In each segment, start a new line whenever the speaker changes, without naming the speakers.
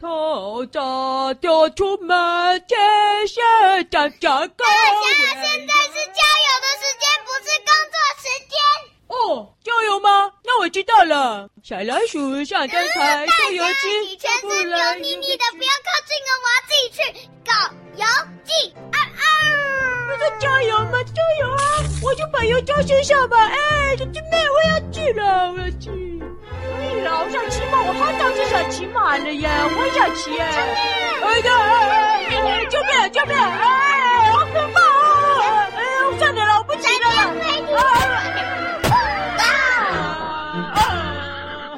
头早就出门，前些长长高。
想想现在是郊游的时间，不是工作时间。
哦，郊游吗？那我知道了。小老鼠上灯台，
嗯大
出游
侠，
记，
你全
不
身
来
油腻腻的，不要靠近哦，我要自己去。狗游记，啊啊！
不是郊游吗？郊游啊！我就把油浇身上吧。哎，小鸡妹，我要去了，我要去。可以了，我想骑马，我好早就想骑马了呀，我想骑哎。哎呀！哎哎哎救命！救命！哎，好可怕啊！哎，我算了了，我不骑了啦。
陪你
啊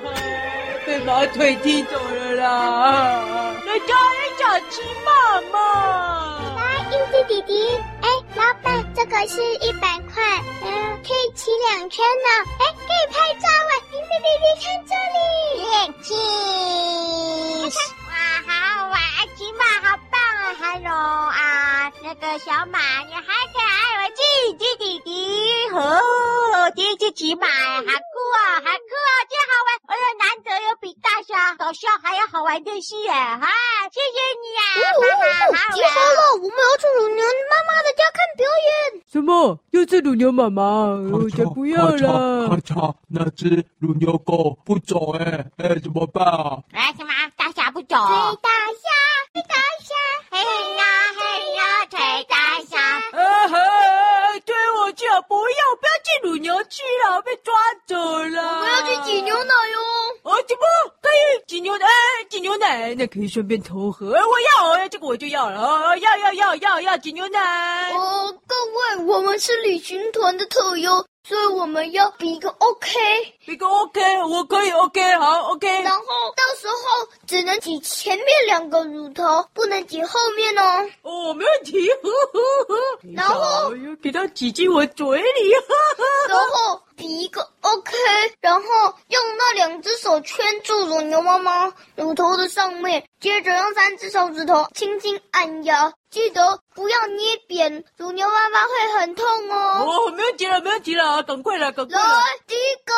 啊！被马腿踢走了啦！人家也想骑马嘛。
来，英子弟弟，哎，老板，这个是一百块，嗯，可以骑两圈呢、哎，可以拍照哎，英子弟弟看这里，耶，cheese，哇，好玩，骑马好棒啊，hello 啊，那个小马，你还可爱我弟弟弟弟，哦，第一次骑马，好酷啊，好酷啊，真好玩，我有难得有比大侠、搞笑还有好玩的事哎，哈、谢谢你啊，哈哈，好
集合
玩。
了，我们要去乳牛妈妈的家看表演。
什么？又是乳牛妈妈？我
咔
才
嚓
不要
咔
了！
嚓，那只乳牛狗不走哎、哎、怎么办啊？
哎，什么？大侠不
对
走？
大
侠，吹大侠，嘿呀嘿呀，吹大侠。
啊哈！推我去啊！不要，我不要进乳牛去了，我被抓走了。我
我要去挤牛。奶哟。
哦，怎么可以挤牛奶？哎挤牛奶，那可以顺便投河。哎我要，哎这个我就要了。哦，要要要要要挤牛奶。
哦，各位，我们是旅行团的特优，所以我们要比一个 OK，
一个 OK，我可以 OK，好 OK。
然后到时候只能挤前面两个乳头，不能挤后面哦。
哦，没问题。呵呵呵
然后
哎呦给它挤进我嘴里。呵呵
然后比一个 OK，然后用那两只手圈住乳牛妈妈乳头的上面，接着用三只手指头轻轻按压，记得不要捏扁，乳牛妈妈会很痛哦。
哦，没问题了，没问题了，赶快了，赶快
来
了。，
第一个，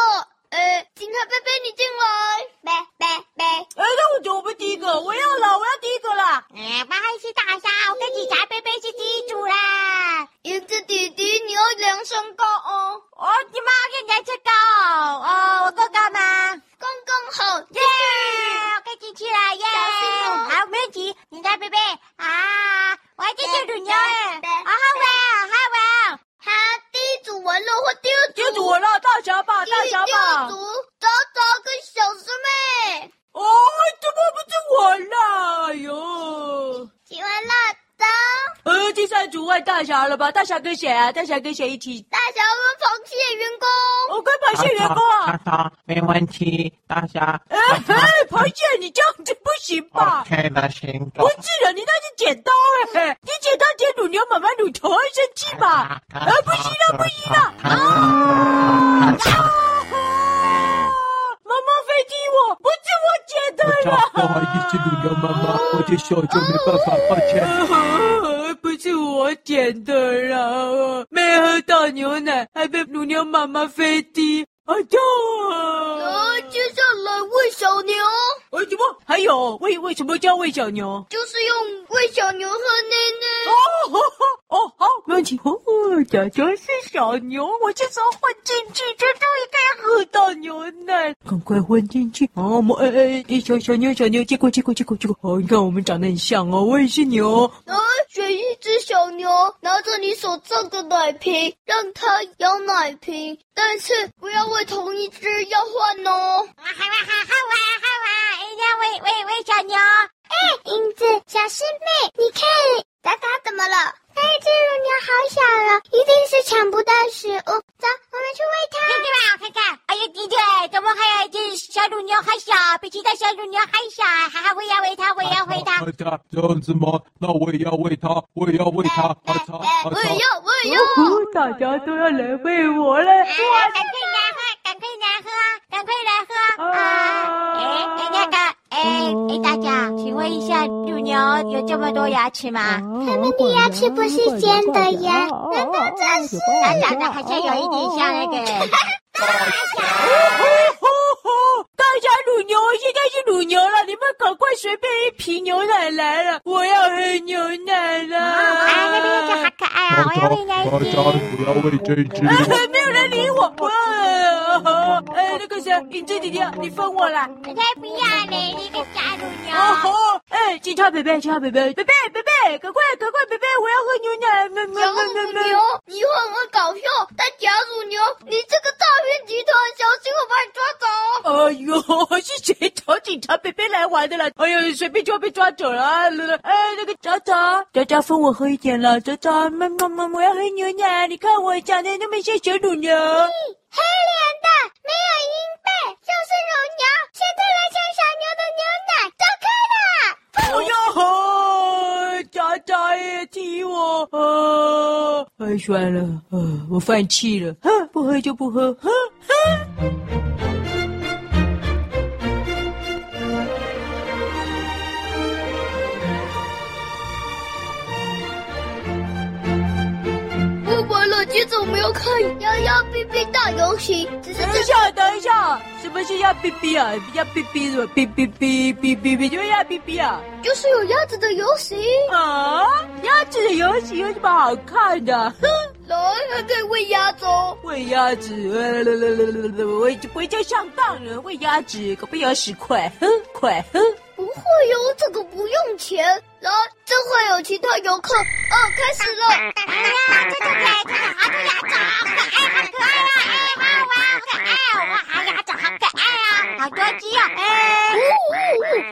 呃，警察贝贝，你进来。
呗呗呗！
哎，那我就我们第一个，我要了，我要第一个啦！
哎，我还是大侠，我跟警察贝贝是第一组啦。
银子弟弟，你要量身高哦，
哦，你妈跟人家高哦，我够高吗？
刚刚好。
耶！我跟进去了耶！
哦
好，没问题。警察贝贝啊，我还真是乳牛哎，好啊好玩，好玩。
他第一组完了，换第二组。
接着我
哦
了，大侠吧，
第
大侠
第二
吧
组。，找找跟小师妹。
哦，怎么不是我了？哎呦！
喜欢辣椒，
呃，第三组换大侠了吧？大侠跟谁啊？大侠跟谁一起？
大侠问螃蟹员工。
我跟螃蟹员工
咔
啊！
嚓，没问题，大侠。
哎嘿，螃蟹，你这样子不行吧？
OK 的，行
不
动。
是的，你那是剪刀哎、你剪刀剪乳牛妈妈乳头，会生气吧？
咔
哎，不行了，不行了！
咔嚓咔嚓
妈妈非踢我，不是我剪的
咔
啦！
嚓，不好意思，乳牛妈妈，我的手就没办法，抱歉。
啊不是我点的啦，没喝到牛奶，还被乳牛妈妈飞踢，哎好痛
哦
啊！
呃，接下来喂小牛，
为什么？还有为为什么叫喂小牛？
就是用喂小牛喝奶
哦
奶。
哦哦，好，没问题。哦，小牛是小牛，我这时候混进去，就终于该喝到牛奶，赶快混进去。哦，我们哎哎哎，小小牛小牛，结果结果结果结果，哦，你看我们长得很像哦，我也是牛。
呃，选一只小牛，拿着你手上的奶瓶，让它咬奶瓶，但是不要喂同一只，要换哦。
哇哈哇哈啊好玩好玩！哎呀喂喂喂，小牛！哎，英子小师妹，你看
达达怎么了？
那一只乳牛好小了，一定是抢不到食物。走，我们去喂它。对对吧？我看看，哎呀，对对，怎么还有一只小乳牛还小，比其他小乳牛还小？啊哈哈，我也要喂它，我
啊
也要喂它。
咔嚓，这样子吗？那我也要喂它，我也要喂它。咔嚓，咔
我也
嚓，
要，我也要。
哦，大家都要来喂我了。
哎呀，赶快来喝，赶快来喝，赶快来喝啊！哎，哎那个，哎哎，大家，请问一下，乳牛有这么多牙齿吗？
他们的牙齿不是尖的呀，难道这是？
它长得好像有一点像那个。
大家乳牛，我现在是乳牛了，你们赶赶快随便一瓶牛奶来了，我要喝牛奶了。
啊，那边那个好可爱啊，我要喂奶
大家
一
不要喂这只
啊， 没有人理我。啊哎，那个谁，影子弟弟，你分我啦。
我才不要嘞，你个假乳牛。
哦吼！哎，警察贝贝，警察贝贝，贝贝贝贝，赶快赶快，贝贝，我要喝牛奶。没没
假
没
乳
没没。
牛，你会很会搞笑，但假乳牛，你这个诈骗集团，小心我把你抓走哦！
哎呦，是谁找警察贝贝来玩的啦？哎呦，随便就要被抓走了啊。哎，那个渣渣，渣渣分我喝一点了，渣渣，妈妈妈，我要喝牛奶。你看我长得那么像小乳牛，
黑脸的，没有鹰背，就是乳牛，现在来像小牛的牛奶，走开啦！
我要喝。渣渣也踢我，啊！太酸了，啊，我放弃了，哼，不喝就不喝，哼。
不管了，接着我们要看《幺幺 B B 大游戏》，只是
等
这
一下，等一下，什么是要哔哔啊？要哔哔什么？哔哔哔哔哔哔，就是要哔哔啊！
就是有鸭子的游戏。
啊，鸭子的游戏有什么好看的？哼，
来，还可以喂鸭子哦。
喂鸭子，呃我就不会再上当了。喂鸭子，可不要十块，哼，快哼！
不会哟，这个不用钱。来，这会有其他游客。哦，开始了。
哎呀，这个给这个好可爱，好可爱，好可爱啊！哎，哇哇，好可爱哦！哇，好呀，长好可爱啊，好多只啊！哎，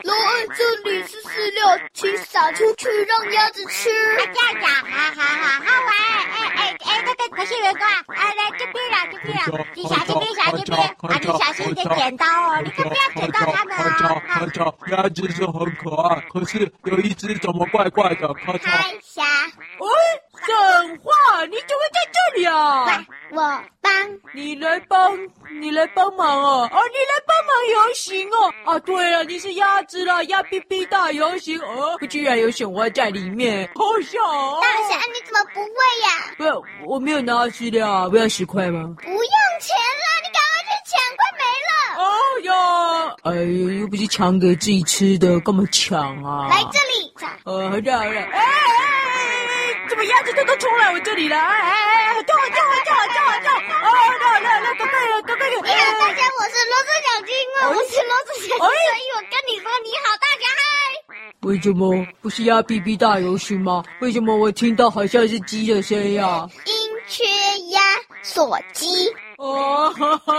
来，这里是饲料，请撒出去让鸭子吃。
这样呀，好好好好玩！哎哎哎，那个可是员工啊，哎来这边啦，这边啦，你小心，你小心，这边啊，你小心一点剪刀哦，你可不要剪到他们
咔
哦
嚓！咔嚓，鸭子是很可爱，可是有一只怎么怪怪的？咔嚓，
一下，
喂，讲话，你怎么在这里啊？
我帮
你来帮，你来帮忙哦！哦，你来帮忙游行哦！啊，对了，你是鸭子啦，鸭哔哔大游行哦，居然有选花在里面，好笑哦！
大侠，你怎么不会呀？
不要，我没有拿到资料啊，不要十块吗？
不用钱啦，你赶快去抢，快
哦哟，
没了！
哎呦，又不是抢给自己吃的，干嘛抢啊？
来这里，走
呃，好的好的，哎哎哎哎，怎么鸭子都都冲来我这里了？哎哎哎，叫我叫我叫我叫我叫我！哦，那那那，赶快赶快给！
你好，大家，我是罗志祥君，因为我是罗志祥，所以我跟你说你好，大家嗨。
为什么不是鸭哔哔大游行吗？为什么我听到好像是鸡的声音啊？
因缺鸭所鸡，
哦，哈哈，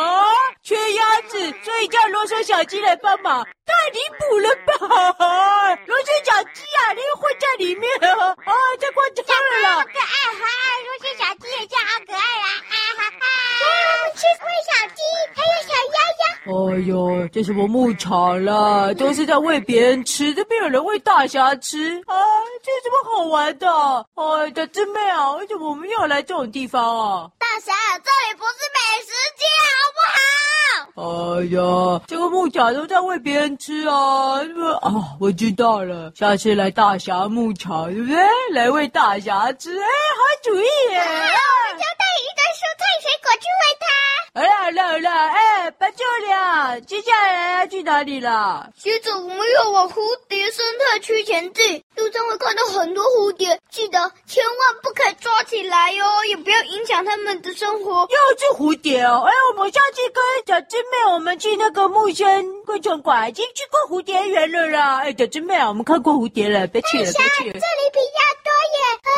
缺鸭子，所以叫罗生小鸡来帮忙，太离谱了吧！罗生小鸡啊，你又混在里面啊，啊，太夸张了啦！
可爱哈，罗志祥鸡也叫好可爱啦，啊哈哈哈。是喂小鸡，还有小鸭鸭。
哎呦，这什么牧场啦，都是在喂别人吃，这边有人喂大侠吃啊，这有什么好玩的？哎，小姊妹啊，为什么我们又来这种地方啊？
大侠，这里不是美食街，好不好？
哎呀，这个牧场都在喂别人吃啊！是不是啊，我知道了，下次来大侠牧场，对不对？来喂大侠吃，哎，好主意耶！
交带一堆蔬菜水果去喂它。
好了好了好了，哎，白昼了，接下来要去哪里啦？
接着我们要往蝴蝶生态区前进，路上会看到很多蝴蝶，记得千万不可以抓起来哟、也不要影响它们的生活。
又是蝴蝶哦！哎，我们上次跟小姊妹我们去那个木山昆虫馆，已经去过蝴蝶园了啦。哎，小姊妹啊，我们看过蝴蝶了，别去了，别去了。
里比较多耶，啊，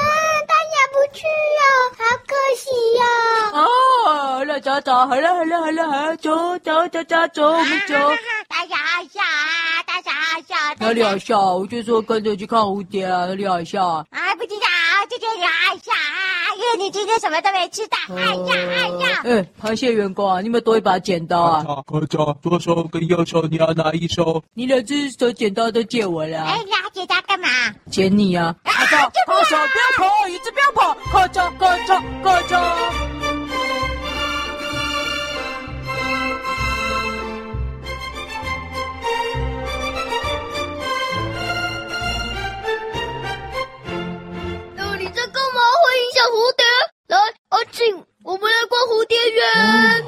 大家不去哦，好可惜哟、
哦，那走走，好了好了好了好了，走走走走走，我们走。
大家好笑啊，大家好笑，
哪里好笑啊？我就说跟着去看蝴蝶啊，哪里好笑啊？
啊，不知道，这个也好笑啊，因为你今天什么都没吃到，哎呀哎呀，
哎，螃蟹员工啊，你有没有多一把剪刀
咔
啊？
嚓，咔嚓，左手跟右手你要拿一手，
你两只手剪刀都借我了啊、
哎，你还给他干嘛？
剪你啊！咔嚓，放手，不要跑，椅子不要跑，咔嚓，咔嚓，咔嚓。
到底在干嘛？会影响蝴蝶？来，阿庆，我们来逛蝴蝶园。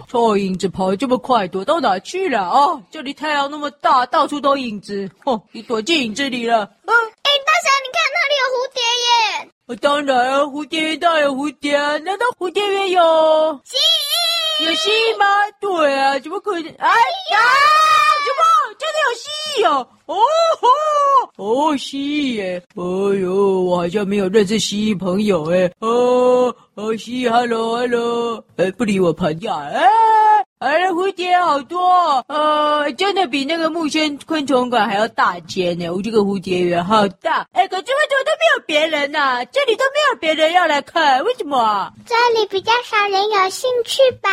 臭影子跑得这么快，躲到哪去了啊？这里太阳那么大，到处都影子。哼，你躲进影子里了啊？
哎，大侠，你看那里有蝴蝶耶！
我当然啊，蝴蝶园当然有蝴蝶啊，难道蝴蝶园有
蜥蜴，
有蜥蜴吗？对啊，怎么可能？哎呀，怎么真的有蜥蜴哦？哦吼，哦蜥蜴耶！哎呦，我好像没有认识蜥蜴朋友哎。哦哦，蜥蜴，hello hello，哎，不理我朋友哎。哎，蝴蝶好多、哦，呃，真的比那个木仙昆虫馆还要大间呢。我这个蝴蝶园好大，哎，可是为什么都没有别人呐、这里都没有别人要来看，为什么啊？
这里比较少人有兴趣吧？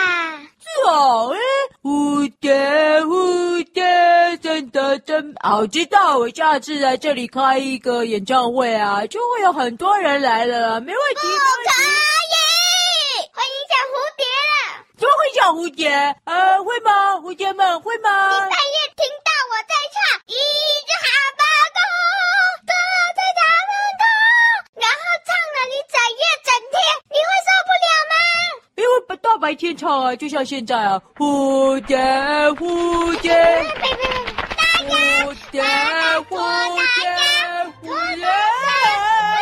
哦，哎，蝴蝶，蝴蝶，真的真好，知道我下次来这里开一个演唱会啊，就会有很多人来了啦，没问题。
可以，欢迎小蝴蝶啦！
怎么会讲蝴蝶？呃，会吗？蝴蝶们会吗？
半夜听到我在唱《一只哈巴狗》，狗在他们狗，然后唱了你整夜整天，你会受不了吗？
因为不到白天唱啊，就像现在啊，蝴蝶，蝴蝶，
别别别！大家
蝴蝶，蝴蝶，蝴蝶。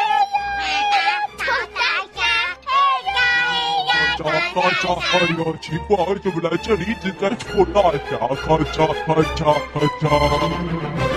咔嚓咔嚓，哎呦， 奇怪，为什么来这里一直在做大侠？咔嚓咔嚓咔嚓。